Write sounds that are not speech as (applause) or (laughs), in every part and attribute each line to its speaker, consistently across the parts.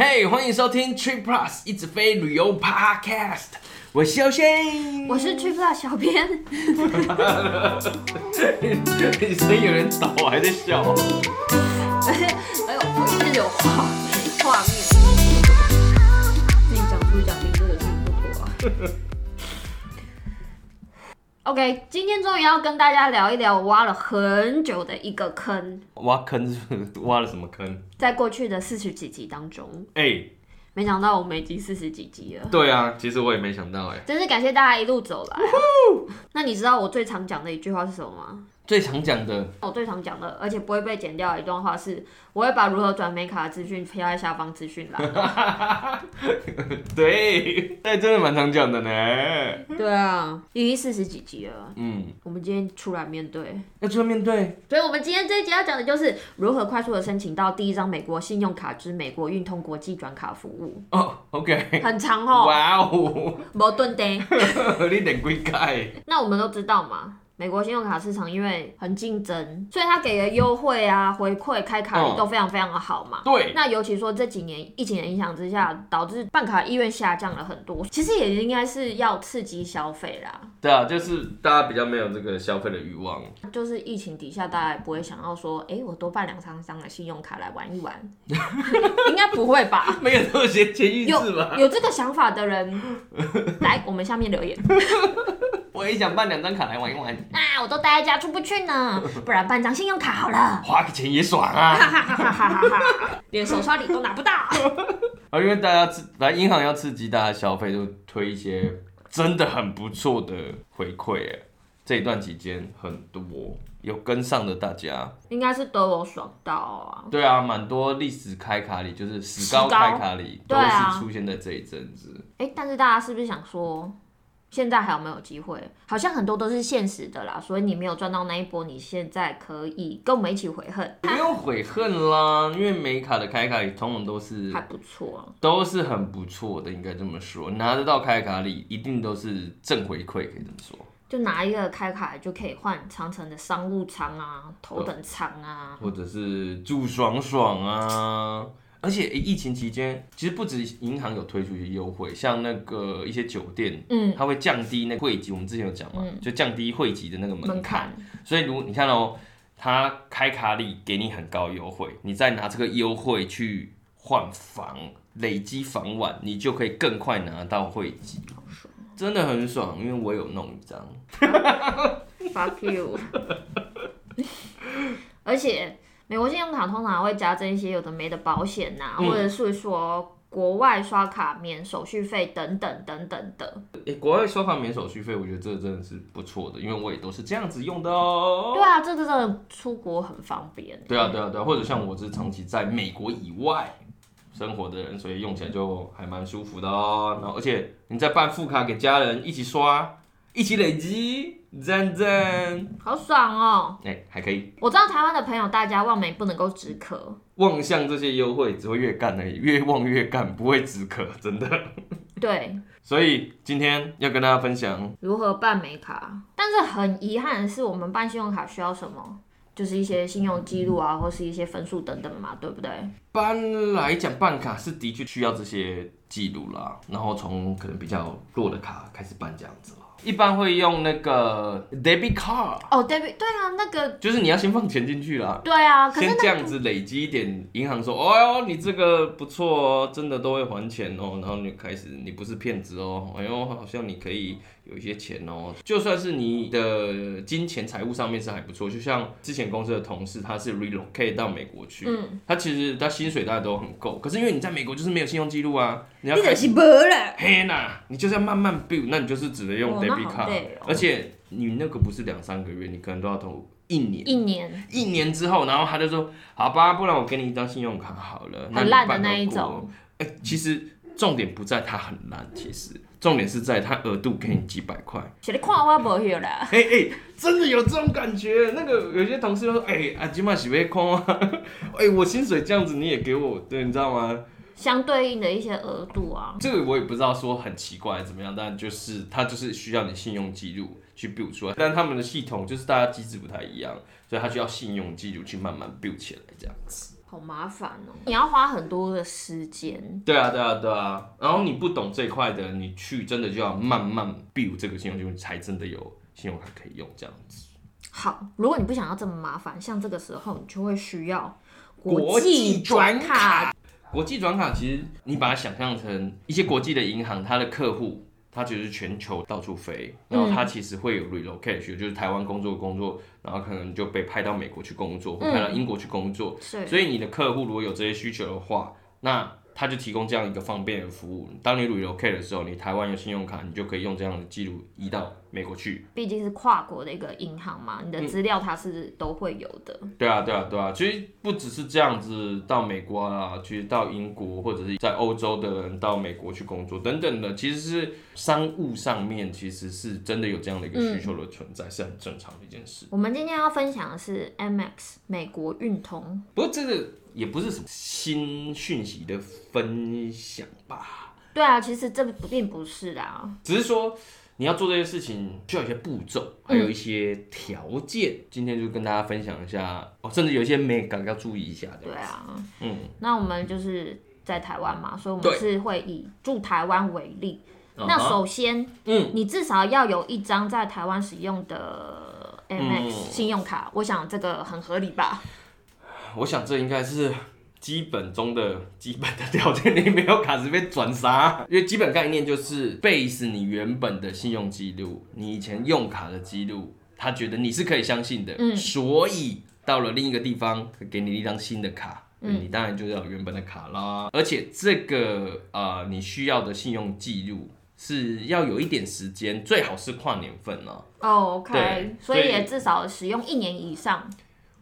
Speaker 1: 嘿，欢迎收听 Trip Plus 一直飞旅游 Podcast，我是欧仙。
Speaker 2: 我是 Triple 小编，
Speaker 1: (laughs) 你声音有点抖，还在笑。
Speaker 2: (laughs) 哎呦，我是有画画面。自己讲出讲评真的是不妥啊。OK，今天终于要跟大家聊一聊我挖了很久的一个坑，
Speaker 1: 挖坑是不是挖了什么坑？
Speaker 2: 在过去的四十几集当中，
Speaker 1: 哎、
Speaker 2: 没想到我们已经四十几集了。
Speaker 1: 对啊，其实我也没想到哎、
Speaker 2: 真是感谢大家一路走来啊、那你知道我最常讲的一句话是什么吗？
Speaker 1: 最常讲的，
Speaker 2: 我最常讲的，而且不会被剪掉的一段话是，我会把如何转美卡的资讯贴在下方资讯栏。
Speaker 1: (laughs) 对，但哎真的蛮常讲的呢。
Speaker 2: 对啊，已经四十几集了，
Speaker 1: 嗯，
Speaker 2: 我们今天出来面对，
Speaker 1: 要出来面对。
Speaker 2: 所以我们今天这一集要讲的就是如何快速的申请到第一张美国信用卡之美国运通国际转卡服务，
Speaker 1: 哦、o k
Speaker 2: 很长哦，
Speaker 1: 哇 (laughs) 哦，
Speaker 2: 矛盾的。
Speaker 1: 你点鬼盖。
Speaker 2: 那我们都知道嘛。美国信用卡市场因为很竞争，所以它给的优惠啊、回馈、开卡率
Speaker 1: 嗯
Speaker 2: 都非常非常的好嘛。
Speaker 1: 对，
Speaker 2: 那尤其说这几年疫情的影响之下，导致办卡意愿下降了很多，其实也应该是要刺激消费啦。
Speaker 1: 对啊，就是大家比较没有这个消费的欲望。
Speaker 2: 就是疫情底下，大家也不会想要说，哎、我多办两三张的信用卡来玩一 (laughs) 玩，应该不会吧？
Speaker 1: 没有这么闲钱预
Speaker 2: 有
Speaker 1: 制吧？
Speaker 2: 有这个想法的人，来我们下面留言 (laughs)
Speaker 1: 我也想办两张卡来玩一玩，
Speaker 2: 啊！我都待在家出不去呢，不然办张信用卡好了， (laughs)
Speaker 1: 花个钱也爽啊！ (laughs)
Speaker 2: 哈哈哈哈哈哈哈，连手刷礼都拿不到。 (laughs)
Speaker 1: 啊，因为大家刺，来银行要刺激大家消费，就推一些真的很不错的回馈。哎，这一段期间很多有跟上的大家，
Speaker 2: 应该是都有爽到啊，
Speaker 1: 对啊，蛮多历史开卡里，就是史高
Speaker 2: 史高
Speaker 1: 开卡里，都
Speaker 2: 对啊
Speaker 1: 是出现在这一阵子。
Speaker 2: 哎、但是大家是不是想说？现在还有没有机会？好像很多都是现实的啦，所以你没有赚到那一波，你现在可以跟我们一起悔恨，
Speaker 1: 不用悔恨啦，因为美卡的开卡里，通常都是
Speaker 2: 还不错啊。
Speaker 1: 都是很不错的，应该这么说。拿得到开卡里，一定都是正回馈，可以这么说。
Speaker 2: 就拿一个开卡就可以换长城的商务舱啊、头等舱啊，
Speaker 1: 或者是住爽爽啊。而且、诶疫情期间，其实不止银行有推出一些优惠，像那个一些酒店，
Speaker 2: 嗯，
Speaker 1: 它会降低那个会籍，我们之前有讲嘛，就降低会籍的那个门
Speaker 2: 门
Speaker 1: 槛。
Speaker 2: 槛
Speaker 1: 所以如你看哦，它开卡里给你很高优惠，你再拿这个优惠去换房，累积房晚，你就可以更快拿到会籍。真的很爽，因为我有弄一张。
Speaker 2: ，fuck you。而且美国信用卡通常会加赠一些有的没的保险呐、
Speaker 1: 嗯
Speaker 2: 或者是说国外刷卡免手续费等等等等的。
Speaker 1: 诶、国外收款免手续费，我觉得这真的是不错的，因为我也都是这样子用的哦、
Speaker 2: 对啊，这个真的出国很方便。欸
Speaker 1: 对啊，对啊，对啊，或者像我是长期在美国以外生活的人，所以用起来就还蛮舒服的哦。然后，而且你再办副卡给家人一起刷，一起累积，赞赞，
Speaker 2: 好爽哦！
Speaker 1: 哎、还可以。
Speaker 2: 我知道台湾的朋友大家望梅不能够止渴，
Speaker 1: 望向这些优惠，只会越干而已，越望越干，不会止渴，真的。
Speaker 2: 对，
Speaker 1: 所以今天要跟大家分享，
Speaker 2: 如何办美卡。但是很遗憾的是，我们办信用卡需要什么？就是一些信用记录啊，或是一些分数等等嘛，对不对？
Speaker 1: 般来讲办卡是的确需要这些记录啦，然后从可能比较弱的卡开始办这样子啦。一般会用那个 debit card。
Speaker 2: 哦，对对啊，那个
Speaker 1: 就是你要先放钱进去啦，
Speaker 2: 对啊，可是
Speaker 1: 先这
Speaker 2: 那
Speaker 1: 样子累积一点，银行说，哦哟，你这个不错哦，真的都会还钱哦，然后你就开始你不是骗子哦，哎呦，好像你可以有一些钱哦，就算是你的金钱财务上面是还不错，就像之前公司的同事，他是 relocate 到美国去，
Speaker 2: 嗯
Speaker 1: 他其实他薪水大家都很够，可是因为你在美国就是没有信用记录啊，你要开
Speaker 2: 就
Speaker 1: 始
Speaker 2: 是没了。
Speaker 1: 嘿呐，你就是要慢慢 build，那你就是只能用
Speaker 2: 哦那
Speaker 1: debit
Speaker 2: 好
Speaker 1: card，、
Speaker 2: 累哦
Speaker 1: 而且你那个不是两三个月，你可能都要投一年。
Speaker 2: 一年，
Speaker 1: 一年之后，然后他就说：“好吧，不然我给你一张信用卡好了。”
Speaker 2: 很烂的那一种。
Speaker 1: 哎、其实重点不在它很烂，其实重点是在它额度给你几百
Speaker 2: (laughs)
Speaker 1: 块。
Speaker 2: 是你看我无去啦。
Speaker 1: 哎、哎、真的有这种感觉。那个有些同事就说：“哎、阿基玛喜被空啊， (laughs) 哎、我薪水这样子你也给我，对，你知道吗？
Speaker 2: 相对应的一些额度啊，
Speaker 1: 这个我也不知道说很奇怪怎么样，但就是它就是需要你信用记录去 build 出来，但他们的系统就是大家机制不太一样，所以它需要信用记录去慢慢 build 起来这样子。
Speaker 2: 好麻烦哦、你要花很多的时间。
Speaker 1: 对啊，对啊，对啊。然后你不懂这一块的，你去真的就要慢慢 build 这个信用记录，你才真的有信用卡可以用这样子。
Speaker 2: 好，如果你不想要这么麻烦，像这个时候你就会需要
Speaker 1: 国际
Speaker 2: 际转
Speaker 1: 转卡国际转卡其实你把它想象成一些国际的银行，它的客户他就是全球到处飞，然后他其实会有 relocation，、就是台湾工作工作，然后可能就被派到美国去工作，或派到英国去工作。
Speaker 2: 是
Speaker 1: 所以你的客户如果有这些需求的话，那他就提供这样一个方便的服务。当你 relocate 的时候，你台湾有信用卡，你就可以用这样的记录移到美国去。
Speaker 2: 毕竟是跨国的一个银行嘛，你的
Speaker 1: 嗯
Speaker 2: 资料它是都会有的。
Speaker 1: 对啊，对啊，对啊。其实不只是这样子，到美国啊，其实到英国或者是在欧洲的人到美国去工作等等的，其实是商务上面其实是真的有这样的一个需求的存在，是很正常的一件事。
Speaker 2: 我们今天要分享的是 MX 美国运通，
Speaker 1: 不过这个也不是什么新讯息的分享吧。
Speaker 2: 对啊，其实这并不是啦，
Speaker 1: 只是说你要做这些事情需要一些步骤，还有一些条件。今天就跟大家分享一下哦，甚至有一些美感要注意一下
Speaker 2: 对
Speaker 1: 的。
Speaker 2: 啊，
Speaker 1: 嗯，
Speaker 2: 那我们就是在台湾嘛，所以我
Speaker 1: 对
Speaker 2: 们是会以驻台湾为例。
Speaker 1: 嗯
Speaker 2: 那
Speaker 1: 哼
Speaker 2: 首先，
Speaker 1: 嗯，
Speaker 2: 你至少要有一张在台湾使用的 MX
Speaker 1: 嗯
Speaker 2: 信用卡，我想这个很合理吧？
Speaker 1: 我想这应该是。基本中的基本的条件，你没有卡是被转杀，因为基本概念就是 base 你原本的信用记录，你以前用卡的记录，他觉得你是可以相信的，
Speaker 2: 嗯
Speaker 1: 所以到了另一个地方给你一张新的卡，你当然就要有原本的卡啦。而且这个呃，你需要的信用记录是要有一点时间，最好是跨年份啊，
Speaker 2: 哦、o
Speaker 1: 对
Speaker 2: k 所
Speaker 1: 所
Speaker 2: 以
Speaker 1: 以
Speaker 2: 也至少使用一年以上。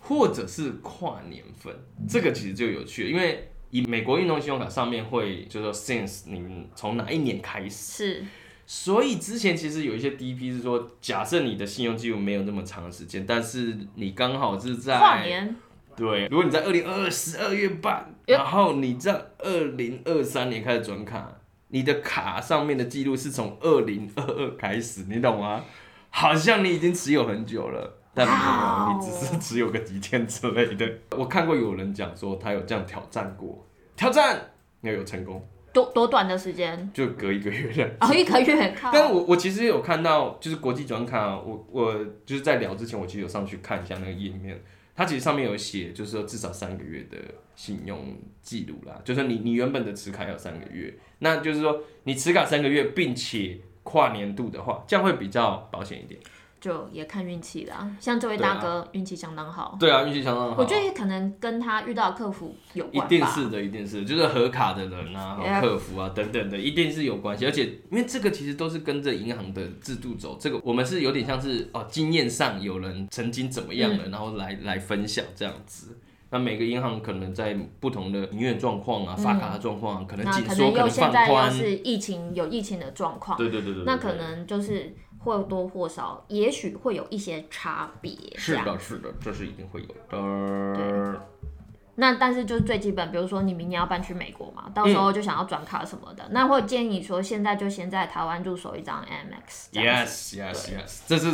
Speaker 1: 或者是跨年份，这个其实就有趣了，因为以美国运动信用卡上面会就说 since 你们从哪一年开始，
Speaker 2: 是，
Speaker 1: 所以之前其实有一些 DP 是说，假设你的信用记录没有那么长的时间，但是你刚好是在
Speaker 2: 跨年
Speaker 1: 对，如果你在二零二二十二月办，
Speaker 2: 哎
Speaker 1: 然后你在二零二三年开始转卡，你的卡上面的记录是从二零二二开始，你懂吗？好像你已经持有很久了，但
Speaker 2: 哇
Speaker 1: 没有，
Speaker 2: 哦
Speaker 1: 你只是持有个几天之类的。我看过有人讲说他有这样挑战过，挑战没有成功，
Speaker 2: 多多短的时间，
Speaker 1: 就隔一个月这样。 (laughs)
Speaker 2: 哦，一个月靠，
Speaker 1: 但我我其实有看到，就是国际转卡，我我就是在聊之前，我其实有上去看一下那个页面，它其实上面有写，就是说至少三个月的信用记录啦，就是你你原本的持卡要三个月，那就是说你持卡三个月，并且跨年度的话，这样会比较保险一点。
Speaker 2: 就也看运气啦。像这位
Speaker 1: 对啊
Speaker 2: 大哥运气相当好，
Speaker 1: 对啊，运气相当好，
Speaker 2: 哦我觉得可能跟他遇到的客服有
Speaker 1: 一
Speaker 2: 关
Speaker 1: 定
Speaker 2: 吧。
Speaker 1: 是的，一定是的，就是核卡的人啊、
Speaker 2: Yeah
Speaker 1: 客服啊等等的，一定是有关系。而且因为这个其实都是跟着银行的制度走，这个我们是有点像是哦经验上有人曾经怎么样
Speaker 2: 嗯
Speaker 1: 了，然后来来分享这样子。那每个银行可能在不同的营业状况啊、发卡的状况啊，可能
Speaker 2: 嗯那
Speaker 1: 紧
Speaker 2: 可
Speaker 1: 缩，
Speaker 2: 能
Speaker 1: 可
Speaker 2: 又
Speaker 1: 能
Speaker 2: 现
Speaker 1: 放
Speaker 2: 在又
Speaker 1: 宽。
Speaker 2: 是疫情有疫情的状况，
Speaker 1: 对对对对对，
Speaker 2: 那
Speaker 1: 对
Speaker 2: 可能就是或多或少，也许会有一些差别。
Speaker 1: 是
Speaker 2: 这样。
Speaker 1: 的，是的，这是一定会有的。
Speaker 2: 那但是就是最基本，比如说你明年要搬去美国嘛，到时候就想要转卡什么
Speaker 1: 嗯
Speaker 2: 的，那会建议说现在就先在台湾入手一张 MX 这样子。
Speaker 1: Yes, yes, yes，这是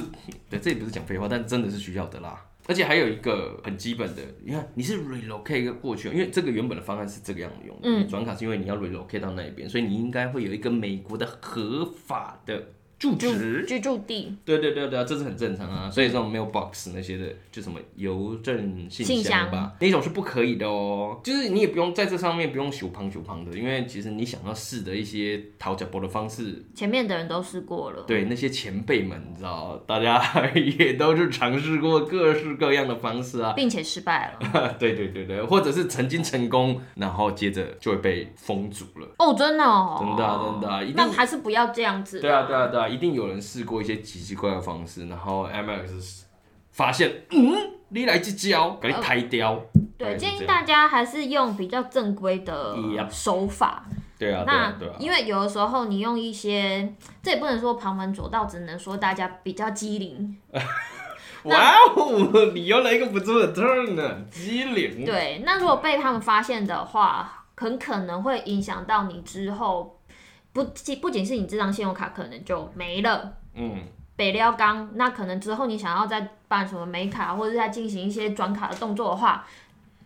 Speaker 1: 对，这也不是讲废话，但真的是需要的啦。而且还有一个很基本的，你看你是 relocate 过去，因为这个原本的方案是这个样用的，
Speaker 2: 嗯
Speaker 1: 你转卡是因为你要 relocate 到那边，所以你应该会有一个美国的合法的住
Speaker 2: 住
Speaker 1: 址。
Speaker 2: 居住地
Speaker 1: 对对对对啊，这是很正常啊。所以这种 mailbox 那些的，就什么邮政信
Speaker 2: 信
Speaker 1: 箱
Speaker 2: 箱
Speaker 1: 吧，那种是不可以的哦。就是你也不用在这上面不用修胖修胖的，因为其实你想要试的一些讨价波的方式，
Speaker 2: 前面的人都试过了，
Speaker 1: 对那些前辈们，你知道，大家 (laughs) 也都是尝试过各式各样的方式
Speaker 2: (laughs)
Speaker 1: 啊。
Speaker 2: 并且失败了。
Speaker 1: 对对对对，或者是曾经成功，然后接着就会被封阻了。
Speaker 2: 哦，真的哦，
Speaker 1: 真的啊真的啊一定
Speaker 2: 那还是不要这样子。
Speaker 1: 对啊对啊对啊，一定有人试过一些奇奇怪怪的方式，然后 MX 发现，嗯，你来这
Speaker 2: 哦
Speaker 1: 招，给你抬掉。
Speaker 2: 对，建议
Speaker 1: 家。
Speaker 2: 大家还是用比较正规的
Speaker 1: Yep
Speaker 2: 手法。
Speaker 1: 对啊对
Speaker 2: 那
Speaker 1: 啊对啊，
Speaker 2: 因为有的时候你用一些，这也不能说旁门左道，只能说大家比较机灵。
Speaker 1: 哇哦，你用了一个不错的 turn 呢，机灵。啊
Speaker 2: 对，那如果被他们发现的话，很可能会影响到你之后，不不仅是你这张信用卡可能就没了。
Speaker 1: 嗯，
Speaker 2: 北撩刚，那可能之后你想要再办什么美卡，或者再进行一些转卡的动作的话，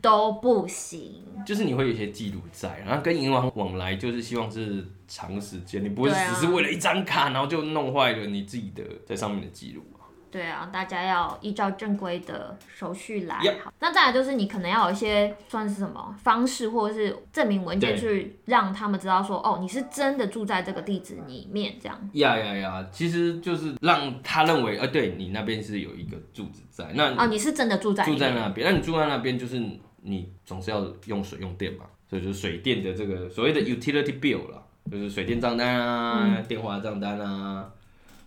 Speaker 2: 都不行。
Speaker 1: 就是你会有一些记录在，然后跟银行往来，就是希望是长时间，你不会
Speaker 2: 对啊
Speaker 1: 只是为了一张卡，然后就弄坏了你自己的在上面的记录啊。
Speaker 2: 对啊，大家要依照正规的手续来
Speaker 1: Yep
Speaker 2: 好，那再来就是你可能要有一些算是什么方式，或者是证明文件
Speaker 1: 对
Speaker 2: 去让他们知道说，哦，你是真的住在这个地址里面这样。
Speaker 1: 呀呀呀！其实就是让他认为，呃，对你那边是有一个住址在，那
Speaker 2: 哦，你是真的住在里
Speaker 1: 嗯住在
Speaker 2: 面。
Speaker 1: 那边，那你住在那边就是你总是要用水用电嘛，所以就是水电的这个所谓的 utility bill 啦，就是水电账单
Speaker 2: 嗯
Speaker 1: 啊、电话账单啊，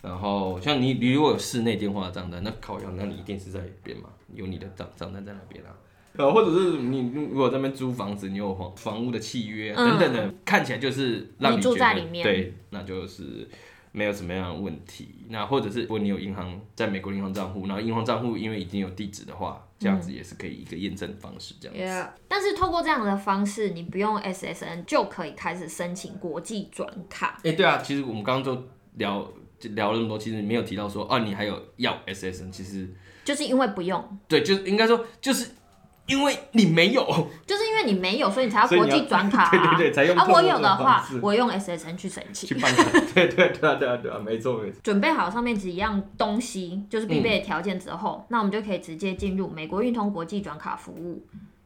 Speaker 1: 然后像你你如果有室内电话账单，那靠要那你一定是在那边嘛，有你的账账单在那边啊。呃，或者是你如果在那边租房子，你有房房屋的契约、啊
Speaker 2: 嗯
Speaker 1: 等等的，看起来就是让
Speaker 2: 你
Speaker 1: 觉
Speaker 2: 住
Speaker 1: 得
Speaker 2: 在里面
Speaker 1: 对，那就是没有什么样的问题。那或者是如果你有银行在美国银行账户，然后银行账户因为已经有地址的话，这样子也是可以一个验证方式这样子。
Speaker 2: Yeah 但是透过这样的方式，你不用 SSN 就可以开始申请国际转卡。
Speaker 1: 哎、对啊，其实我们刚刚就聊就聊了那么多，其实没有提到说啊，你还有要 SSN，其实
Speaker 2: 就是因为不用，
Speaker 1: 对，就是应该说就是因为你没
Speaker 2: (laughs)
Speaker 1: 有，
Speaker 2: 就是因为你没有，所以你才要
Speaker 1: 所以
Speaker 2: 国
Speaker 1: 你要
Speaker 2: 际转卡、
Speaker 1: (laughs) 对
Speaker 2: 啊。
Speaker 1: 对对，才用
Speaker 2: 啊，
Speaker 1: 透
Speaker 2: 我
Speaker 1: 过这
Speaker 2: 有
Speaker 1: 种
Speaker 2: 的话
Speaker 1: 方式，
Speaker 2: 我用 SSN 去申请
Speaker 1: 去。办卡。 (laughs) 对对对啊对啊对啊，没错没错。
Speaker 2: 准备好上面几样东西，就是必备的条件之
Speaker 1: 嗯
Speaker 2: 后，那我们就可以直接进入美国运通国际转卡服务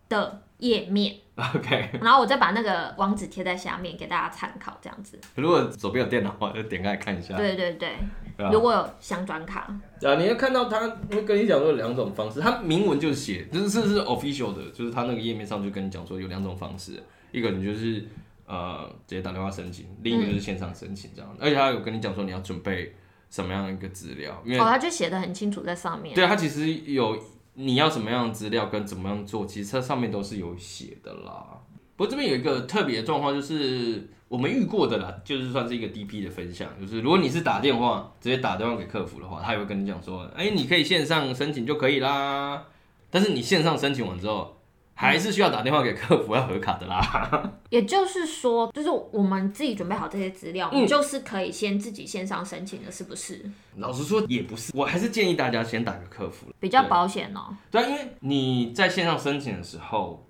Speaker 2: 的页
Speaker 1: (laughs)
Speaker 2: 面，
Speaker 1: OK，
Speaker 2: 然后我再把那个网址贴在下面给大家参考，这样子。
Speaker 1: 如果手边有电脑的话，就点开来看一下。
Speaker 2: 对对对，
Speaker 1: 对啊
Speaker 2: 如果有想转卡，
Speaker 1: 啊，你要看到他会跟你讲说有两种方式，他明文就写，这是是 official 的，就是他那个页面上就跟你讲说有两种方式，一个你就是呃直接打电话申请，另一个就是线上申请这样，而且他有跟你讲说你要准备什么样的一个资料，因为、
Speaker 2: 哦，他就写的很清楚在上面。
Speaker 1: 对他啊其实有你要什么样的资料跟怎么样做，其实它上面都是有写的啦。不过这边有一个特别的状况，就是我们遇过的啦，就是算是一个 DP 的分享，就是如果你是打电话直接打电话给客服的话，他也会跟你讲说，哎、你可以线上申请就可以啦。但是你线上申请完之后，还是需要打电话给客服要核卡的啦。
Speaker 2: 也就是说，就是我们自己准备好这些资料，
Speaker 1: 嗯
Speaker 2: 就是可以先自己线上申请的，是不是？
Speaker 1: 老实说也不是，我还是建议大家先打个客服，
Speaker 2: 比较
Speaker 1: 对
Speaker 2: 保险哦、
Speaker 1: 对啊，因为你在线上申请的时候，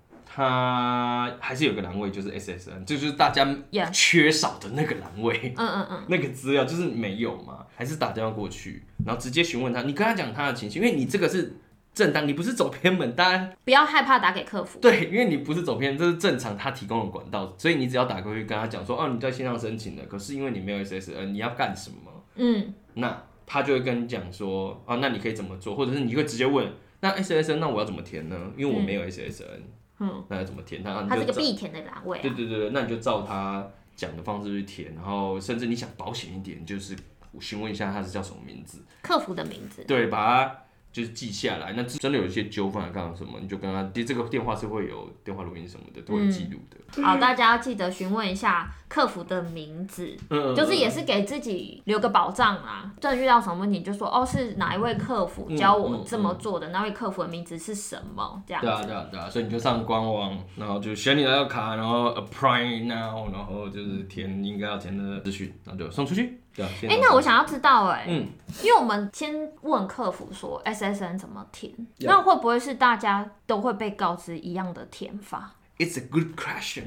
Speaker 1: 它还是有个栏位，就是 SSN，这就是大家
Speaker 2: Yeah
Speaker 1: 缺少的那个栏位。
Speaker 2: 嗯嗯嗯，
Speaker 1: (laughs) 那个资料就是没有嘛，还是打电话过去，然后直接询问他，你跟他讲他的情形，因为你这个是正当，你不是走偏门，当然
Speaker 2: 不要害怕打给客服。
Speaker 1: 对，因为你不是走偏，这是正常他提供的管道，所以你只要打过去跟他讲说，哦、你在线上申请的，可是因为你没有 SSN，你要干什么？
Speaker 2: 嗯，
Speaker 1: 那他就会跟你讲说啊，那你可以怎么做，或者是你会直接问，那 S S N 那我要怎么填呢？因为我没有 S S N，
Speaker 2: 嗯，
Speaker 1: 那要怎么填？那啊
Speaker 2: 它
Speaker 1: 你
Speaker 2: 是
Speaker 1: 就
Speaker 2: 个
Speaker 1: 照，
Speaker 2: 必填的栏位、啊。
Speaker 1: 对对对，那你就照他讲的方式去填，然后甚至你想保险一点，就是询问一下他是叫什么名字，
Speaker 2: 客服的名字。
Speaker 1: 对，把它就是记下来。那真的有一些纠纷啊，干嘛什么，你就跟他，其实这个电话是会有电话录音什么的，都
Speaker 2: 嗯
Speaker 1: 有记录的。
Speaker 2: 好，大家要记得询问一下客服的名字，
Speaker 1: 嗯，嗯
Speaker 2: 就是也是给自己留个保障啦。真的遇到什么问题，就说哦是哪一位客服
Speaker 1: 嗯
Speaker 2: 教我这么做的，那位客服的名字是什么这样
Speaker 1: 对啊，
Speaker 2: 子。
Speaker 1: 对啊，对啊，所以你就上官网，然后就选你那个卡，然后 apply now，然后就是填应该要填的资讯，然后就送出去。对啊，哎
Speaker 2: 哎、那我想要知道哎、
Speaker 1: 嗯
Speaker 2: 因为我们先问客服说 SSN 怎么填，
Speaker 1: Yeah
Speaker 2: 那会不会是大家都会被告知一样的填法？
Speaker 1: It's a good question。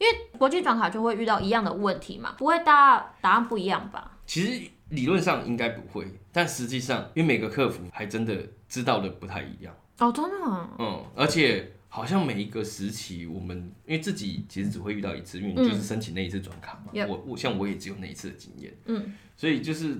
Speaker 2: 因为国际转卡就会遇到一样的问题嘛，不会大家答案不一样吧？
Speaker 1: 其实理论上应该不会，但实际上因为每个客服还真的知道的不太一样。
Speaker 2: 哦，真的啊、
Speaker 1: 嗯，而且好像每一个时期，我们因为自己其实只会遇到一次，因为你就是申请那一次转卡嘛。
Speaker 2: Yep
Speaker 1: 我我像我也只有那一次的经验，
Speaker 2: 嗯，
Speaker 1: 所以就是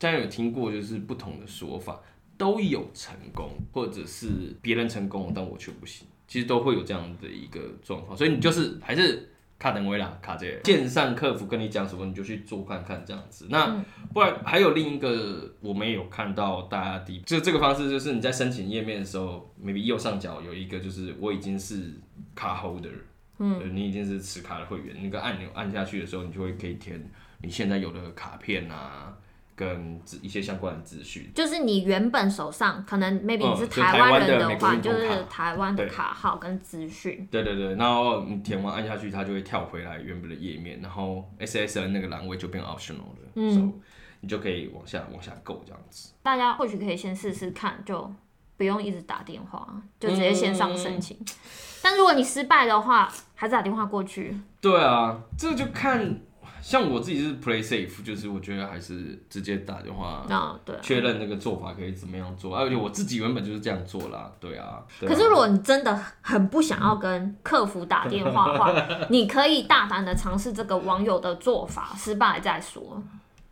Speaker 1: 大家有听过就是不同的说法，都有成功，或者是别人成功，但我却不行，其实都会有这样的一个状况，所以你就是还是。卡等维啦，卡这个线上客服跟你讲什么，你就去做看看这样子。那不然还有另一个，我们也有看到大家的，就这个方式，就是你在申请页面的时候，maybe 右上角有一个就是我已经是卡 holder，嗯，你已经是持卡的会员，那个按钮按下去的时候，你就会可以填你现在有的卡片啊，跟自一些相关的资讯。
Speaker 2: 就是你原本手上可能 maybe
Speaker 1: 嗯
Speaker 2: 你是
Speaker 1: 就是
Speaker 2: 台
Speaker 1: 台湾
Speaker 2: 湾人
Speaker 1: 的美
Speaker 2: 的
Speaker 1: 国
Speaker 2: 话，
Speaker 1: 运
Speaker 2: 就
Speaker 1: 动卡
Speaker 2: 是台湾的
Speaker 1: 对
Speaker 2: 卡号跟资讯。
Speaker 1: 对对对，然后你填完按下去，它就会跳回来原本的页面，然后 SSN 那个栏位就变 optional 了，嗯，你就可以往下往下够这样子。
Speaker 2: 大家或许可以先试试看，就不用一直打电话，就直接线上申请。
Speaker 1: 嗯
Speaker 2: 但如果你失败的话，还是打电话过去。
Speaker 1: 对啊，这就看，像我自己是 play safe，就是我觉得还是直接打电话
Speaker 2: 啊，对啊。
Speaker 1: 确认那个做法可以怎么样做，而且我自己原本就是这样做啦，对啊。对啊
Speaker 2: 可是如果你真的很不想要跟客服打电话的话，
Speaker 1: (laughs)
Speaker 2: 你可以大胆的尝试这个网友的做法，失败再说，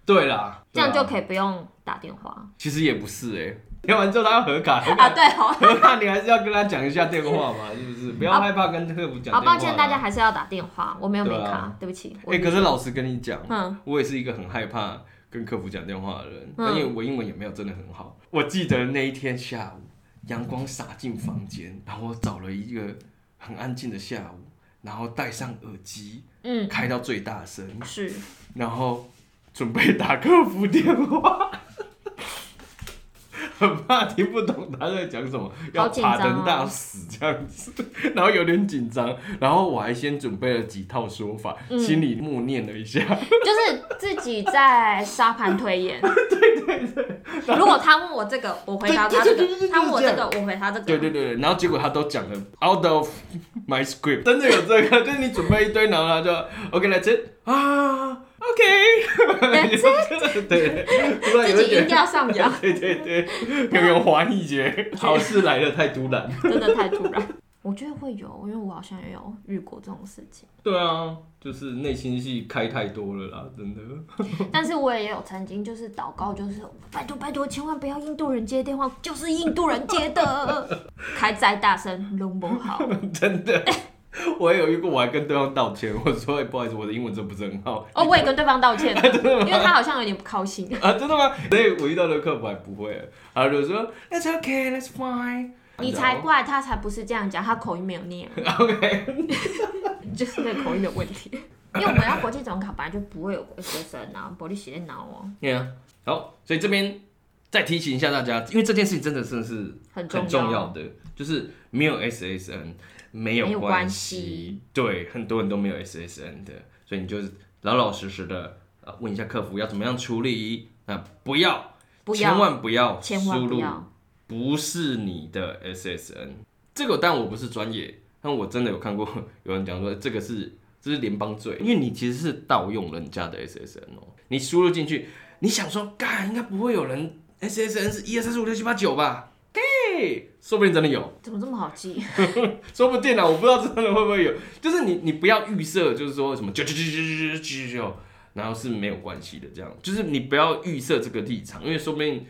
Speaker 1: 对啊啦，
Speaker 2: 这样就
Speaker 1: 以。
Speaker 2: 可以不用打电话
Speaker 1: 其实也不是哎、填完之后他要核卡， (laughs) 核
Speaker 2: 啊。
Speaker 1: 卡
Speaker 2: 对哦，
Speaker 1: 核卡你还是要跟他讲一下电话嘛，是不是？不要害怕跟客服讲电话啦。
Speaker 2: 好，啊抱歉，大家还是要打电话，我没有美
Speaker 1: 对
Speaker 2: 卡，
Speaker 1: 啊
Speaker 2: 对不起。我
Speaker 1: 哎、可是老实跟你讲，
Speaker 2: 嗯
Speaker 1: 我也是一个很害怕跟客服讲电话的人，
Speaker 2: 嗯
Speaker 1: 因为我英文也没有真的很好。我记得那一天下午，阳光洒进房间，然后我找了一个很安静的下午，然后戴上耳机，
Speaker 2: 嗯
Speaker 1: 开到最大声，
Speaker 2: 是，
Speaker 1: 然后准备打客服电话。 (laughs) 很怕听不懂他在讲什么，要
Speaker 2: 好紧张
Speaker 1: 爬
Speaker 2: 哦
Speaker 1: 灯大死这样子， (laughs) 然后有点紧张，然后我还先准备了几套说法，
Speaker 2: 嗯
Speaker 1: 心里默念了一下，
Speaker 2: 就是自己在沙盘推演。对对对。如果他问我这个，我回答他这
Speaker 1: 对对对对对
Speaker 2: 个；他问我
Speaker 1: 就是
Speaker 2: 这
Speaker 1: 这样
Speaker 2: 个，我回答这个。
Speaker 1: 对对对，对然后结果他都讲了 out of my script，真的有这个，就是你准备一堆，然后他就 OK 来接啊，OK，对对，突然有
Speaker 2: 自己音
Speaker 1: 点，
Speaker 2: 调上扬，
Speaker 1: 对对对，有点怀疑觉，好事来的太突然。
Speaker 2: 真的太突然。我觉得会有，因为我好像也有遇过这种事情，
Speaker 1: 对啊，就是内心戏开太多了啦，真的。
Speaker 2: 但是我也有曾经就是祷告，就是拜托拜托，千万不要印度人接电话，就是印度人接的，开再大声弄不好，
Speaker 1: 真的。我也有一个，我还跟对方道歉，我说、哎不好意思，我的英文真的不是很好。
Speaker 2: 哦，我也跟对方道歉，因为他好像有点不高兴。
Speaker 1: 啊，真的吗？所以我遇到的客服还不会，他就说 That's okay, that's fine。
Speaker 2: 你才怪，他才不是这样讲，他口音没有念，
Speaker 1: OK，
Speaker 2: 就是那口音的问
Speaker 1: (laughs)
Speaker 2: 题。因为我们要国际转考，本来就不会有学生啊，玻璃写在脑哦，
Speaker 1: 对啊，好，所以这边再提醒一下大家，因为这件事情真的真的是
Speaker 2: 很重
Speaker 1: 很重要的，就是没有 SSN 没
Speaker 2: 没
Speaker 1: 有
Speaker 2: 有
Speaker 1: 关
Speaker 2: 关
Speaker 1: 系，对，很多人都没有 SSN 的，所以你就是老老实实的啊问一下客服要怎么样处理，那不要
Speaker 2: 不
Speaker 1: 千
Speaker 2: 要，
Speaker 1: 万不要
Speaker 2: 千万
Speaker 1: 输
Speaker 2: 不
Speaker 1: 入
Speaker 2: 要，
Speaker 1: 不是你的 SSN，这个但我不是专业，但我真的有看过 (laughs) 有人讲说这个是这是联邦罪，因为你其实是盗用人家的 SSN 哦，你输入进去，你想说干应该不会有人 SSN 是一二三四五六七八九吧？对，说不定真的有，
Speaker 2: 怎么这么
Speaker 1: (laughs)
Speaker 2: 好记？
Speaker 1: 说不定啊，我不知道真的会不会有，就是你你不要预设，就是说什么九九九九九九九九，然后是没有关系的，这样就是你不要预设这个立场，因为说不定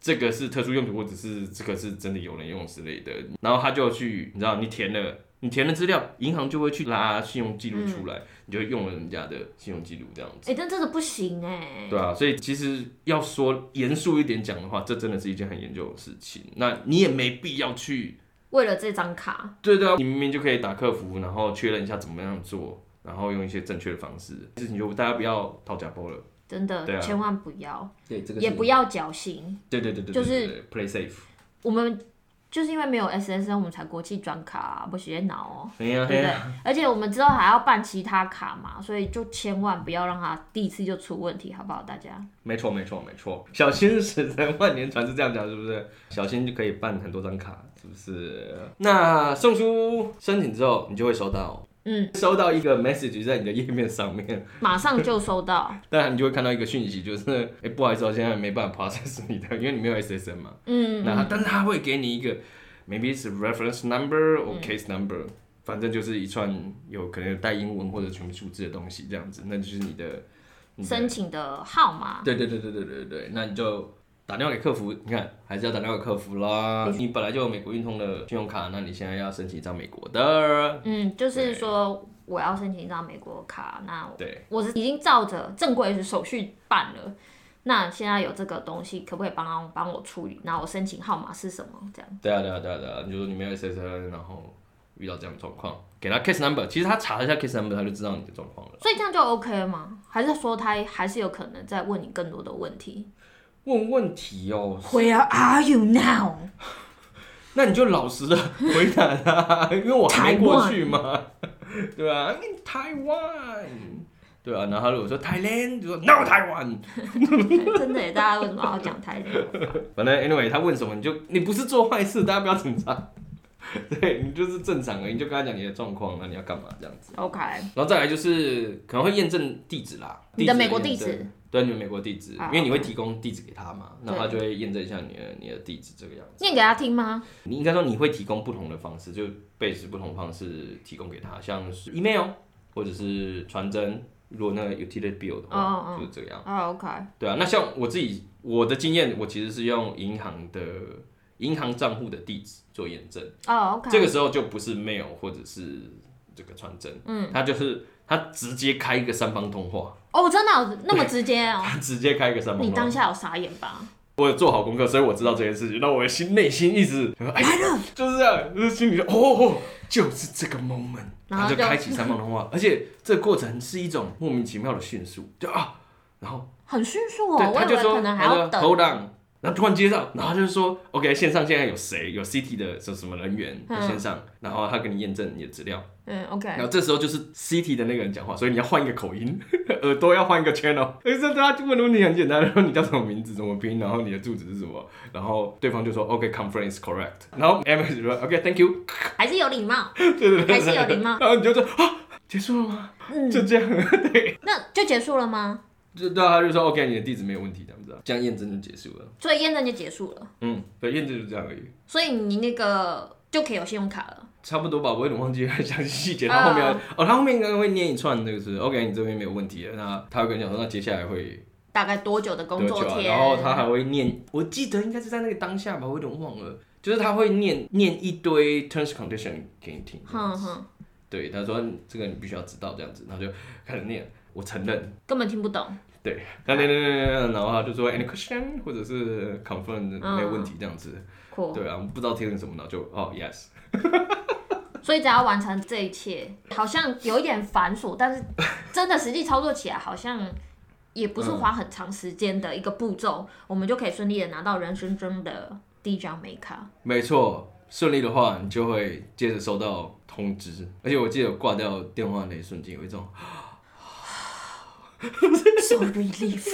Speaker 1: 这个是特殊用途，或者是这个是真的有人用之类的，然后他就去，你知道你填了。你填了资料，银行就会去拉信用记录出来，你就用了人家的信用记录这样子，
Speaker 2: 哎、但真的不行哎、
Speaker 1: 对啊，所以其实要说严肃一点讲的话，这真的是一件很严重的事情。那你也没必要去
Speaker 2: 为了这张卡，
Speaker 1: 对对啊，你明明就可以打客服，然后确认一下怎么样做，然后用一些正确的方式，事情就大家不要讨假包了。
Speaker 2: 真的、
Speaker 1: 对啊
Speaker 2: 千万不要，
Speaker 1: 对，这
Speaker 2: 也不要侥幸。
Speaker 1: 对对对对，
Speaker 2: 就是
Speaker 1: 对对对 play safe。
Speaker 2: 我们就是因为没有 SSN，我们才国际转卡、啊，不写
Speaker 1: (laughs)
Speaker 2: 脑哦，
Speaker 1: 哎呀
Speaker 2: 对不
Speaker 1: 哎
Speaker 2: 对
Speaker 1: 呀，？
Speaker 2: 而且我们之后还要办其他卡嘛，所以就千万不要让它第一次就出问题，好不好？大家
Speaker 1: 没错没错没错，小心驶得万年船是这样讲是不是？小心就可以办很多张卡，是不是？那送出申请之后，你就会收到，
Speaker 2: 嗯，
Speaker 1: 收到一个 message 在你的页面上面，
Speaker 2: 马上就收到，
Speaker 1: 当然你就会看到一个讯息，就是哎、不好意思哦，我现在没办法 process 你的，因为你没有 SSN 嘛。
Speaker 2: 嗯，
Speaker 1: 那但是他会给你一个，maybe is reference number or case number，、反正就是一串有可能有带英文或者全部数字的东西这样子，那就是你的，你的
Speaker 2: 申请的号码，
Speaker 1: 对对对对对对对，那你就打电话给客服，你看还是要打电话给客服啦。你本来就有美国运通的信用卡，那你现在要申请一张美国的，
Speaker 2: 嗯，就是
Speaker 1: 对
Speaker 2: 说我要申请一张美国卡，那
Speaker 1: 对，
Speaker 2: 我是已经照着正规的手续办了。那现在有这个东西，可不可以帮帮我处理？那我申请号码是什么？这样
Speaker 1: 对啊对啊对啊对啊，你就说你没有 SSN，然后遇到这样的状况，给他 case number，其实他查了一下 case number，他就知道你的状况了。
Speaker 2: 所以这样就 OK 吗？还是说他还是有可能再问你更多的问题
Speaker 1: 问问题哦，
Speaker 2: ？Where are you now？
Speaker 1: 那你就老实的回答他，因为我还没过去嘛，对吧、啊、？I mean Taiwan，对啊，然后他如果说 Thailand，就说 No 台湾，
Speaker 2: (laughs) 真的耶，大家为什么要讲台语？
Speaker 1: 反正 anyway 他问什么你就你不是做坏事，大家不要紧张， (laughs) 对你就是正常而已，你就跟他讲你的状况，那你要干嘛这样子，
Speaker 2: OK，
Speaker 1: 然后再来就是可能会验证地址啦，
Speaker 2: 你的
Speaker 1: 地址
Speaker 2: 美国地
Speaker 1: 验证
Speaker 2: 址，
Speaker 1: 对，你的美国地址，
Speaker 2: 啊
Speaker 1: 因为你会
Speaker 2: OK
Speaker 1: 提供地址给他嘛，那
Speaker 2: 对
Speaker 1: 他就会验证一下你的你的地址这个样子。
Speaker 2: 念给他听吗？
Speaker 1: 你应该说你会提供不同的方式，就 base 不同方式提供给他，像是 email 或者是传真。如果那个 utility bill 的话
Speaker 2: 嗯嗯嗯
Speaker 1: 就是这样。
Speaker 2: 啊，OK，
Speaker 1: 对啊，那像我自己我的经验，我其实是用银行的银行账户的地址做验证，
Speaker 2: 哦，OK，
Speaker 1: 这个时候就不是 mail 或者是这个传真，嗯，他就是他直接开一个三方通话，
Speaker 2: 哦，真的哦那么直接哦？
Speaker 1: 他直接开一个三方
Speaker 2: 你
Speaker 1: 通话
Speaker 2: 当。下有傻眼吧？
Speaker 1: 我有做好功课，所以我知道这件事情。那我的心内心一直哎
Speaker 2: 来了，
Speaker 1: 就是这样，就是心里就哦哦，就是这个 moment，
Speaker 2: 然
Speaker 1: 然后
Speaker 2: 后就
Speaker 1: 就开启三方通
Speaker 2: (laughs)
Speaker 1: 话，而且这个过程是一种莫名其妙的迅速，就啊，然后
Speaker 2: 很迅速哦，
Speaker 1: 对
Speaker 2: 我
Speaker 1: 他
Speaker 2: 以
Speaker 1: 就
Speaker 2: 为可
Speaker 1: 说
Speaker 2: 能还
Speaker 1: 他
Speaker 2: 要
Speaker 1: 说
Speaker 2: 等。
Speaker 1: hold on，然后突然接到，然后他就说 OK，线上现在有谁有 CT 的什什么人员在线上，然后他给你验证你的资料，
Speaker 2: 嗯，OK，
Speaker 1: 然后这时候就是 CT 的那个人讲话，所以你要换一个口音， (laughs) 耳朵要换一个 channel。哎，这他就问的问题很简单，说你叫什么名字，怎么拼，然后你的住址是什么，然后对方就说 OK，conference、correct，然后 M 就说 OK，thank、you，
Speaker 2: 还是有礼貌，
Speaker 1: 对对对，
Speaker 2: 还是有礼貌
Speaker 1: 然后你就说啊，结束了吗？
Speaker 2: 嗯，
Speaker 1: 就这样，
Speaker 2: 那就结束了吗？
Speaker 1: 就对啊，他就说 OK，你的地址没有问题，这样子啊，这样验证就结束了。
Speaker 2: 所以验证就结束了，
Speaker 1: 嗯，对，验证就这样而已。
Speaker 2: 所以你那个就可以有信用卡了。
Speaker 1: 差不多吧，我有点忘记详细细节。
Speaker 2: 啊
Speaker 1: 他后面要、哦，他后面应该会念一串，这个是 OK，你这边没有问题了。那他会跟你讲说，那接下来会
Speaker 2: 大概多久的工
Speaker 1: 多
Speaker 2: 作
Speaker 1: 久啊？
Speaker 2: 天？
Speaker 1: 然后他还会念，我记得应该是在那个当下吧，我有点忘了，就是他会念念一堆 terms condition 给你听。
Speaker 2: 哼哼，
Speaker 1: 对，他说这个你必须要知道这样子，然后就开始念，我承认。
Speaker 2: 根本听不懂。
Speaker 1: 对，他念念念念念，然后他就说 any question 或者是 confirm
Speaker 2: 嗯哦
Speaker 1: 没有问题这样子。
Speaker 2: 酷，
Speaker 1: 对啊，我不知道听什么，然后就哦 yes。
Speaker 2: 所以只要完成这一切，好像有一点繁琐，但是真的实际操作起来好像也不是花很长时间的一个步骤，我们就可以顺利的拿到人生中的第一张美卡。 (laughs)
Speaker 1: 没错，顺利的话，你就会接着收到通知。而且我记得我挂掉电话那一瞬间，有一种 (laughs)
Speaker 2: So relief。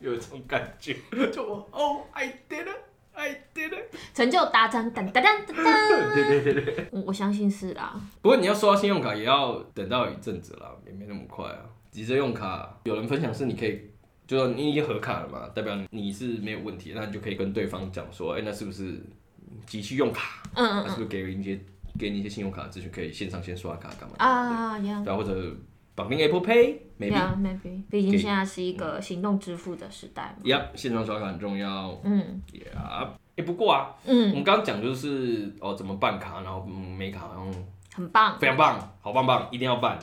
Speaker 1: 有一种感觉，就我哦，I did it，I did it。
Speaker 2: 成就达成，噔噔噔噔噔。对对对对，
Speaker 1: (laughs)
Speaker 2: 我我相信是啦。
Speaker 1: 不过你要刷信用卡，也要等到一阵子啦，也没那么快啊。急着用卡，有人分享是你可以。就说你已经合卡了嘛，代表你是没有问题，那你就可以跟对方讲说，哎、那是不是急需用卡？
Speaker 2: 嗯
Speaker 1: 那、
Speaker 2: 嗯
Speaker 1: 是不是给你一些给你一些信用卡资讯，可以线上先刷卡干嘛？
Speaker 2: 嗯啊呀
Speaker 1: 对啊，或者绑定 Apple Pay，maybe
Speaker 2: 呀，maybe，毕
Speaker 1: 给
Speaker 2: 竟现在是一个行动支付的时代嘛。
Speaker 1: 呀，线上刷卡很重要。
Speaker 2: 嗯
Speaker 1: 呀，哎，不过啊，我
Speaker 2: 嗯，
Speaker 1: 们刚刚讲就是哦，怎么办卡，然后嗯没卡，然后
Speaker 2: 很棒。
Speaker 1: 非常棒，好棒棒，一定要办。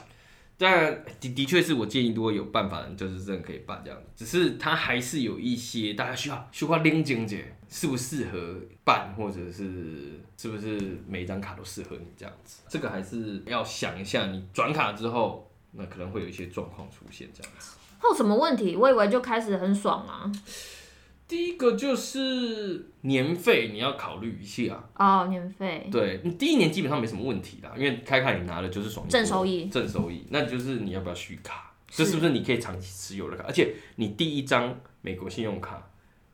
Speaker 1: 但的的确是我建议，如果有办法的人，就是真的可以办这样。只是它还是有一些大家需要需要拎经姐适不适合办，或者是是不是每一张卡都适合你这样子，这个还是要想一下。你转卡之后，那可能会有一些状况出现这样子。
Speaker 2: 还有什么问题？我以为就开始很爽啊。
Speaker 1: 第一个就是年费，你要考虑一下。
Speaker 2: 哦，年费。
Speaker 1: 对你第一年基本上没什么问题啦，因为开卡你拿的就是爽利
Speaker 2: 正收益
Speaker 1: 正收益，那就是你要不要续卡，
Speaker 2: 是
Speaker 1: 这是不是你可以长期持有的卡？而且你第一张美国信用卡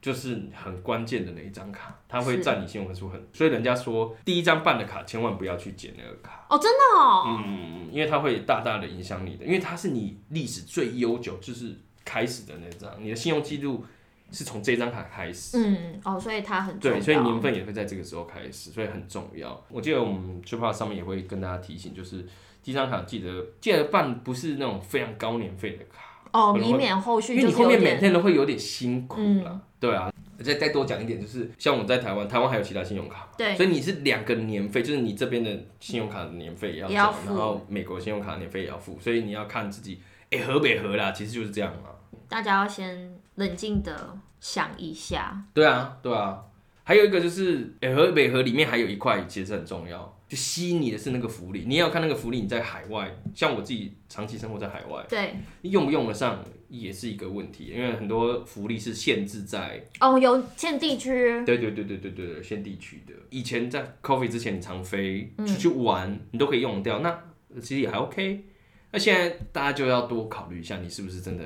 Speaker 1: 就是很关键的那一张卡，它会
Speaker 2: 是
Speaker 1: 占你信用分数很，所以人家说第一张办的卡千万不要去捡那个卡，
Speaker 2: 哦，真的哦。
Speaker 1: 嗯，因为它会大大的影响你的，因为它是你历史最悠久，就是开始的那张，你的信用记录是从这张卡开始，
Speaker 2: 嗯，哦，所以它很重
Speaker 1: 对，
Speaker 2: 要。
Speaker 1: 所以年份也会在这个时候开始，所以很重要。我记得我们 t r i p a 上面也会跟大家提醒，就是第一张卡记得记得办不是那种非常高年费的卡，
Speaker 2: 哦，
Speaker 1: 可能会
Speaker 2: 以免后
Speaker 1: 因
Speaker 2: 续
Speaker 1: 为
Speaker 2: 就
Speaker 1: 你
Speaker 2: 是
Speaker 1: 后
Speaker 2: 有
Speaker 1: 面每
Speaker 2: 点
Speaker 1: 天都会有点辛苦啦。
Speaker 2: 嗯
Speaker 1: 对啊，再再多讲一点，就是像我在台湾，台湾还有其他信用卡，
Speaker 2: 对
Speaker 1: 所以你是两个年费，就是你这边的信用卡的年费也要
Speaker 2: 也要
Speaker 1: 缴，
Speaker 2: 付
Speaker 1: 然后美国信用卡的年费也要付，所以你要看自己哎合不合啦，其实就是这样啦。
Speaker 2: 大家要先冷静的想一下。
Speaker 1: 对啊，对啊，还有一个就是诶和北河里面还有一块其实很重要，就吸引你的是那个福利，你也要看那个福利你在海外，像我自己长期生活在海外，
Speaker 2: 对，
Speaker 1: 你用不用得上也是一个问题，因为很多福利是限制在，
Speaker 2: 哦，有限地区。
Speaker 1: 对对对对对对，限地区的。以前在 COVID 之前，你常飞出去玩，你都可以用掉，那其实也还 OK。那现在大家就要多考虑一下，你是不是真的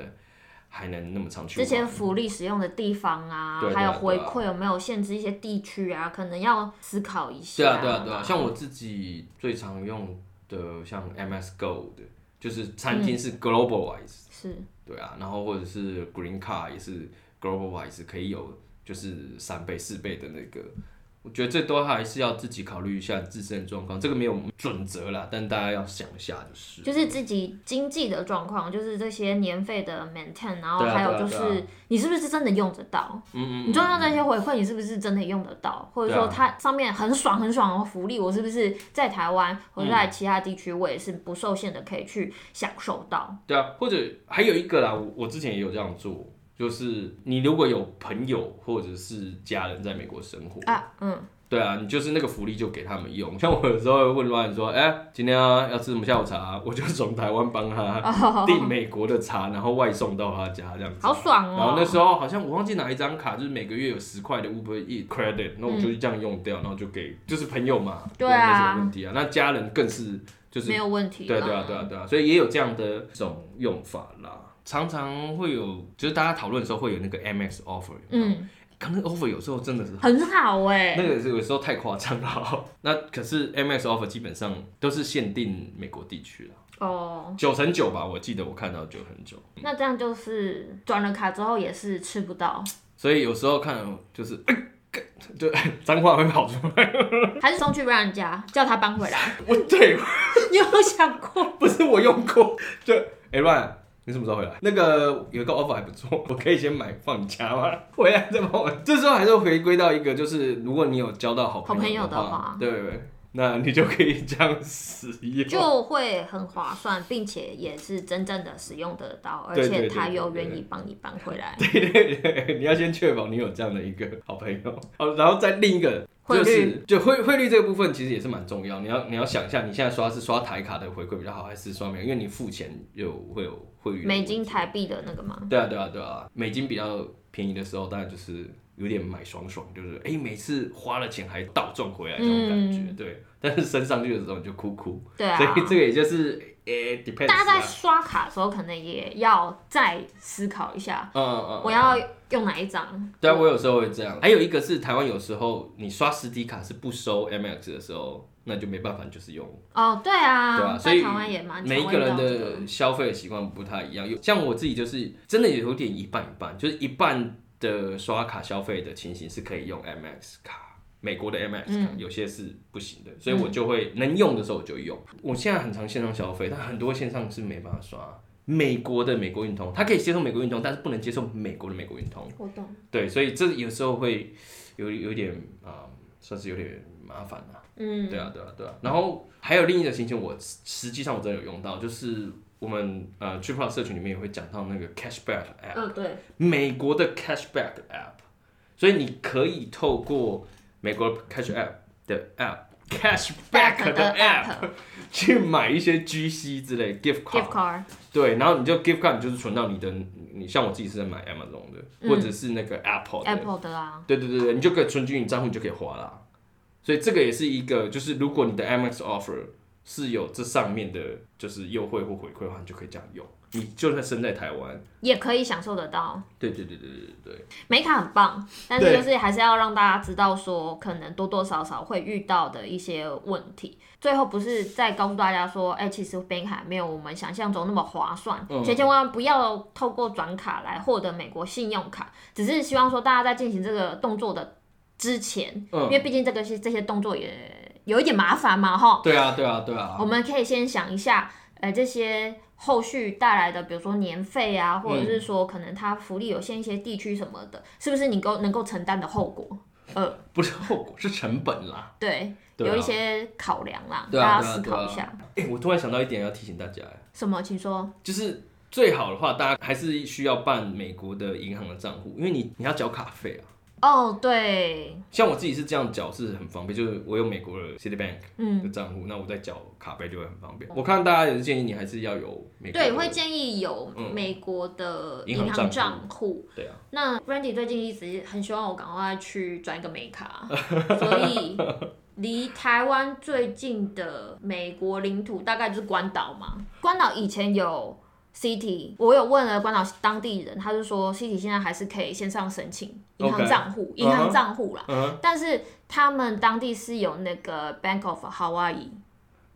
Speaker 1: 还能那么长久？
Speaker 2: 这些福利使用的地方啊，
Speaker 1: 对对啊
Speaker 2: 还有
Speaker 1: 对啊
Speaker 2: 回馈有没有限制一些地区啊，可能要思考一下。
Speaker 1: 对啊，对啊，对啊，像我自己最常用的，像 MS Go 的，就是餐厅是 globalize，、
Speaker 2: 是
Speaker 1: 对啊，然后或者是 Green Card 也是 globalize，可以有就是三倍、四倍的那个。我觉得这都还是要自己考虑一下自身的状况，这个没有准则啦，但大家要想一下就是。
Speaker 2: 就是自己经济的状况，就是这些年费的 maintain，然后
Speaker 1: 对啊
Speaker 2: 还有
Speaker 1: 对啊
Speaker 2: 就是、
Speaker 1: 对
Speaker 2: 你是不是真的用得到？
Speaker 1: 嗯嗯嗯，
Speaker 2: 你就用这些回馈，你是不是真的用得到？或者说
Speaker 1: 对啊
Speaker 2: 它上面很爽很爽的福利，我是不是在台湾或者
Speaker 1: 嗯
Speaker 2: 在其他地区，我也是不受限的可以去享受到？
Speaker 1: 对啊，或者还有一个啦，我我之前也有这样做，就是你如果有朋友或者是家人在美国生活，
Speaker 2: 啊，嗯，
Speaker 1: 对啊，你就是那个福利就给他们用。 (laughs) 像我有时候会问 Ryan 说，哎、今天、啊、 (laughs) 要吃什么下午茶？我就从台湾帮他
Speaker 2: 哦，
Speaker 1: 订美国的茶，然后外送到他家这样子。
Speaker 2: 好爽
Speaker 1: 然后那
Speaker 2: 哦！
Speaker 1: 时候好像我忘记拿一张卡，就是每个月有十块的 Uber E credit，那我就这样用掉，然后就给就是朋友嘛，
Speaker 2: 嗯对啊
Speaker 1: 没什么问题啊。那家人更是就是
Speaker 2: 没有问题。
Speaker 1: 对对啊，
Speaker 2: 嗯
Speaker 1: 对啊，对啊，所以也有这样的这种用法啦。常常会有，就是大家讨论的时候会有那个 MX offer，有没有，
Speaker 2: 嗯，
Speaker 1: 可能 offer 有时候真的是
Speaker 2: 很好哎、
Speaker 1: 那个是有时候太夸张了。 (laughs) 那可是 MX offer 基本上都是限定美国地区啦，
Speaker 2: 哦，
Speaker 1: 九成九吧，我记得我看到九成九，
Speaker 2: 那这样就是转了卡之后也是吃不到，
Speaker 1: 所以有时候看就是。哎干就哎脏话会跑出来， (laughs)
Speaker 2: 还是送去让人家叫他搬回来？ (laughs)
Speaker 1: 我对，
Speaker 2: 你有想过？
Speaker 1: (laughs) 不是我用过，就哎乱、Ryan，你什么时候回来？那个有一个 offer 还不错， (laughs) 我可以先买放你家吗？ (laughs) 回来再帮我。这时候还是回归到一个，就是如果你有交到好朋友
Speaker 2: 好朋友的话
Speaker 1: 对对对，那你就可以这样使用。
Speaker 2: 就会很划算，并且也是真正的使用得到，而
Speaker 1: 对
Speaker 2: 且
Speaker 1: 对对
Speaker 2: 他又
Speaker 1: 对
Speaker 2: 愿意帮你搬回来，
Speaker 1: 对 (laughs) 对对，你要先确保你有这样的一个好朋友， (laughs) 好，然后再另一个
Speaker 2: 汇
Speaker 1: 就
Speaker 2: 率
Speaker 1: 是就汇汇率这个部分其实也是蛮重要，你要你要想一下，你现在刷是刷台卡的回馈比较好，还是刷美，因为你付钱有会有汇率的
Speaker 2: 美金
Speaker 1: 问题
Speaker 2: 台币的那个吗？
Speaker 1: 对啊对啊对啊，美金比较便宜的时候，当然就是有点买爽爽，就是哎每次花了钱还倒赚回来这种感觉，
Speaker 2: 嗯
Speaker 1: 对，但是升上去的时候你就哭哭，
Speaker 2: 对啊
Speaker 1: 所。以这个也就是诶 depends
Speaker 2: 大家在
Speaker 1: 啊，
Speaker 2: 刷卡的时候，可能也要再思考一下，
Speaker 1: 嗯嗯
Speaker 2: 我
Speaker 1: 嗯。
Speaker 2: 要用哪一张？
Speaker 1: 对啊，我有时候会这样。还有一个是台湾，有时候你刷实体卡是不收 MX 的时候，那就没办法，你就是用。
Speaker 2: 哦，对啊，
Speaker 1: 对啊所
Speaker 2: 在
Speaker 1: 以
Speaker 2: 台湾也蛮常
Speaker 1: 每一
Speaker 2: 会
Speaker 1: 个人
Speaker 2: 遇到这个
Speaker 1: 的消费的习惯不太一样，有像我自己就是真的有点一半一半，就是一半的刷卡消费的情形是可以用 MX 卡，美国的 MX 卡、
Speaker 2: 嗯
Speaker 1: 有些是不行的，所以我就会能用的时候我就用。我现在很常线上消费，但很多线上是没办法刷。美国的美国运通，它可以接受美国运通，但是不能接受美国的美国运通。
Speaker 2: 活动，
Speaker 1: 对，所以这有时候会有有点啊、算是有点麻烦啦、
Speaker 2: 嗯，
Speaker 1: 对啊，对啊，对啊。然后还有另一个情形，我实实际上我真的有用到，就是我们呃 t r i p l e 社群里面也会讲到那个 Cashback App，、
Speaker 2: 嗯，对，
Speaker 1: 美国的 Cashback App，所以你可以透过美国 Cash App 的 App。Cashback 的
Speaker 2: (laughs)
Speaker 1: App 去买一些 GC 之类 gift
Speaker 2: gift
Speaker 1: card，
Speaker 2: card，
Speaker 1: 对，然后你就 gift card 你就是存到你的，你像我自己是在买 Amazon 的，
Speaker 2: 嗯
Speaker 1: 或者是那个 Apple 的
Speaker 2: Apple 的啊，
Speaker 1: 对对对对，你就可以存进你账户，你就可以花啦。所以这个也是一个，就是如果你的 MX offer 是有这上面的，就是优惠或回馈的话，你就可以这样用。你就算身在台湾，
Speaker 2: 也可以享受得到。
Speaker 1: 对对对对对对对，
Speaker 2: 美卡很棒，但是
Speaker 1: 对
Speaker 2: 就是还是要让大家知道说，可能多多少少会遇到的一些问题。最后不是再告诉大家说，哎、其实美卡没有我们想象中那么划算，
Speaker 1: 嗯
Speaker 2: 千千万万不要透过转卡来获得美国信用卡。只是希望说大家在进行这个动作的之前，因为
Speaker 1: 嗯，
Speaker 2: 毕竟这个是这些动作也有一点麻烦嘛，哈。
Speaker 1: 对啊对啊对啊，
Speaker 2: 我们可以先想一下，呃，这些后续带来的，比如说年费
Speaker 1: 嗯
Speaker 2: 啊，或者是说可能它福利有限一些地区什么的，是不是你够能够承担的后果？呃，
Speaker 1: 不是后果是成本啦。
Speaker 2: 对，
Speaker 1: 对啊
Speaker 2: 有一些考量啦，
Speaker 1: 对
Speaker 2: 大
Speaker 1: 啊
Speaker 2: 家思考一下。
Speaker 1: 哎、我突然想到一点要提醒大家，哎
Speaker 2: 什么？请说。
Speaker 1: 就是最好的话，大家还是需要办美国的银行的账户，因为你你要缴卡费啊。
Speaker 2: 哦哦，对，
Speaker 1: 像我自己是这样缴是很方便，就是我有美国的 Citibank 的
Speaker 2: 嗯，哦
Speaker 1: 账户，那我在缴卡费就会很方便。我看大家也是建议你还是要有美国的
Speaker 2: 对，会建议有
Speaker 1: 嗯
Speaker 2: 美国的
Speaker 1: 银
Speaker 2: 银
Speaker 1: 行
Speaker 2: 行
Speaker 1: 账
Speaker 2: 账户。
Speaker 1: 对啊，
Speaker 2: 那 Randy 最近一直很希望我赶快去转一个美卡，所以离台湾最近的美国领土大概就是关岛嘛。关岛以前有 CT，我有问了关岛当地人，他就说 CT 现在还是可以线上申请银行
Speaker 1: OK
Speaker 2: 账户，银
Speaker 1: 嗯哼
Speaker 2: 行账户啦。
Speaker 1: 嗯
Speaker 2: 但是他们当地是有那个 Bank of Hawaii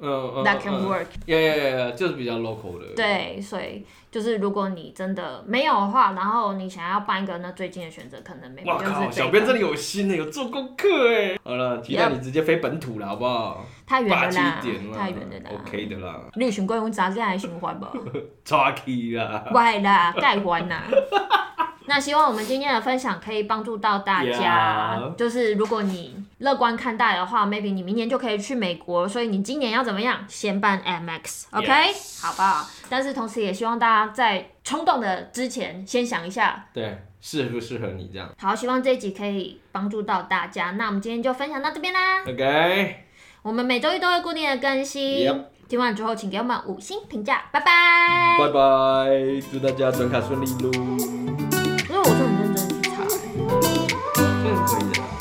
Speaker 1: 嗯嗯
Speaker 2: that can
Speaker 1: 嗯
Speaker 2: work，、
Speaker 1: 呀呀呀呀，就是比较 local 的。
Speaker 2: 对，所以就是如果你真的没有的话，然后你想要办一个，那最近的选择可能没，
Speaker 1: 哇
Speaker 2: 就是
Speaker 1: 靠，
Speaker 2: 这
Speaker 1: 小
Speaker 2: 个
Speaker 1: 编真的有心欸呢，有做功课哎。好了，期待你直接飞本土了，好不好？
Speaker 2: 太远
Speaker 1: 霸
Speaker 2: 了
Speaker 1: 气
Speaker 2: 啦
Speaker 1: 一点，啦，
Speaker 2: 太远了啦。
Speaker 1: OK 的啦，
Speaker 2: 你有想过用杂志来循环 (laughs) 吧？
Speaker 1: 抓 key 啦。
Speaker 2: 喂啦，盖环啦。 (laughs) 那希望我们今天的分享可以帮助到大家。
Speaker 1: Yeah
Speaker 2: 就是如果你乐观看待的话，maybe 你明年就可以去美国，所以你今年要怎么样？先办 MX，OK，、好不好？但是同时也希望大家在冲动的之前，先想一下。
Speaker 1: 对，适不适合你这样
Speaker 2: 好，希望这一集可以帮助到大家。那我们今天就分享到这边啦。
Speaker 1: ？OK，
Speaker 2: 我们每周一都会固定的更新。
Speaker 1: Yep 嗯
Speaker 2: 听完之后，请给我们五星评价，拜拜。
Speaker 1: 拜拜，祝大家转卡顺利喽，
Speaker 2: 因为我是很认真去查、欸
Speaker 1: 这样可以的啦。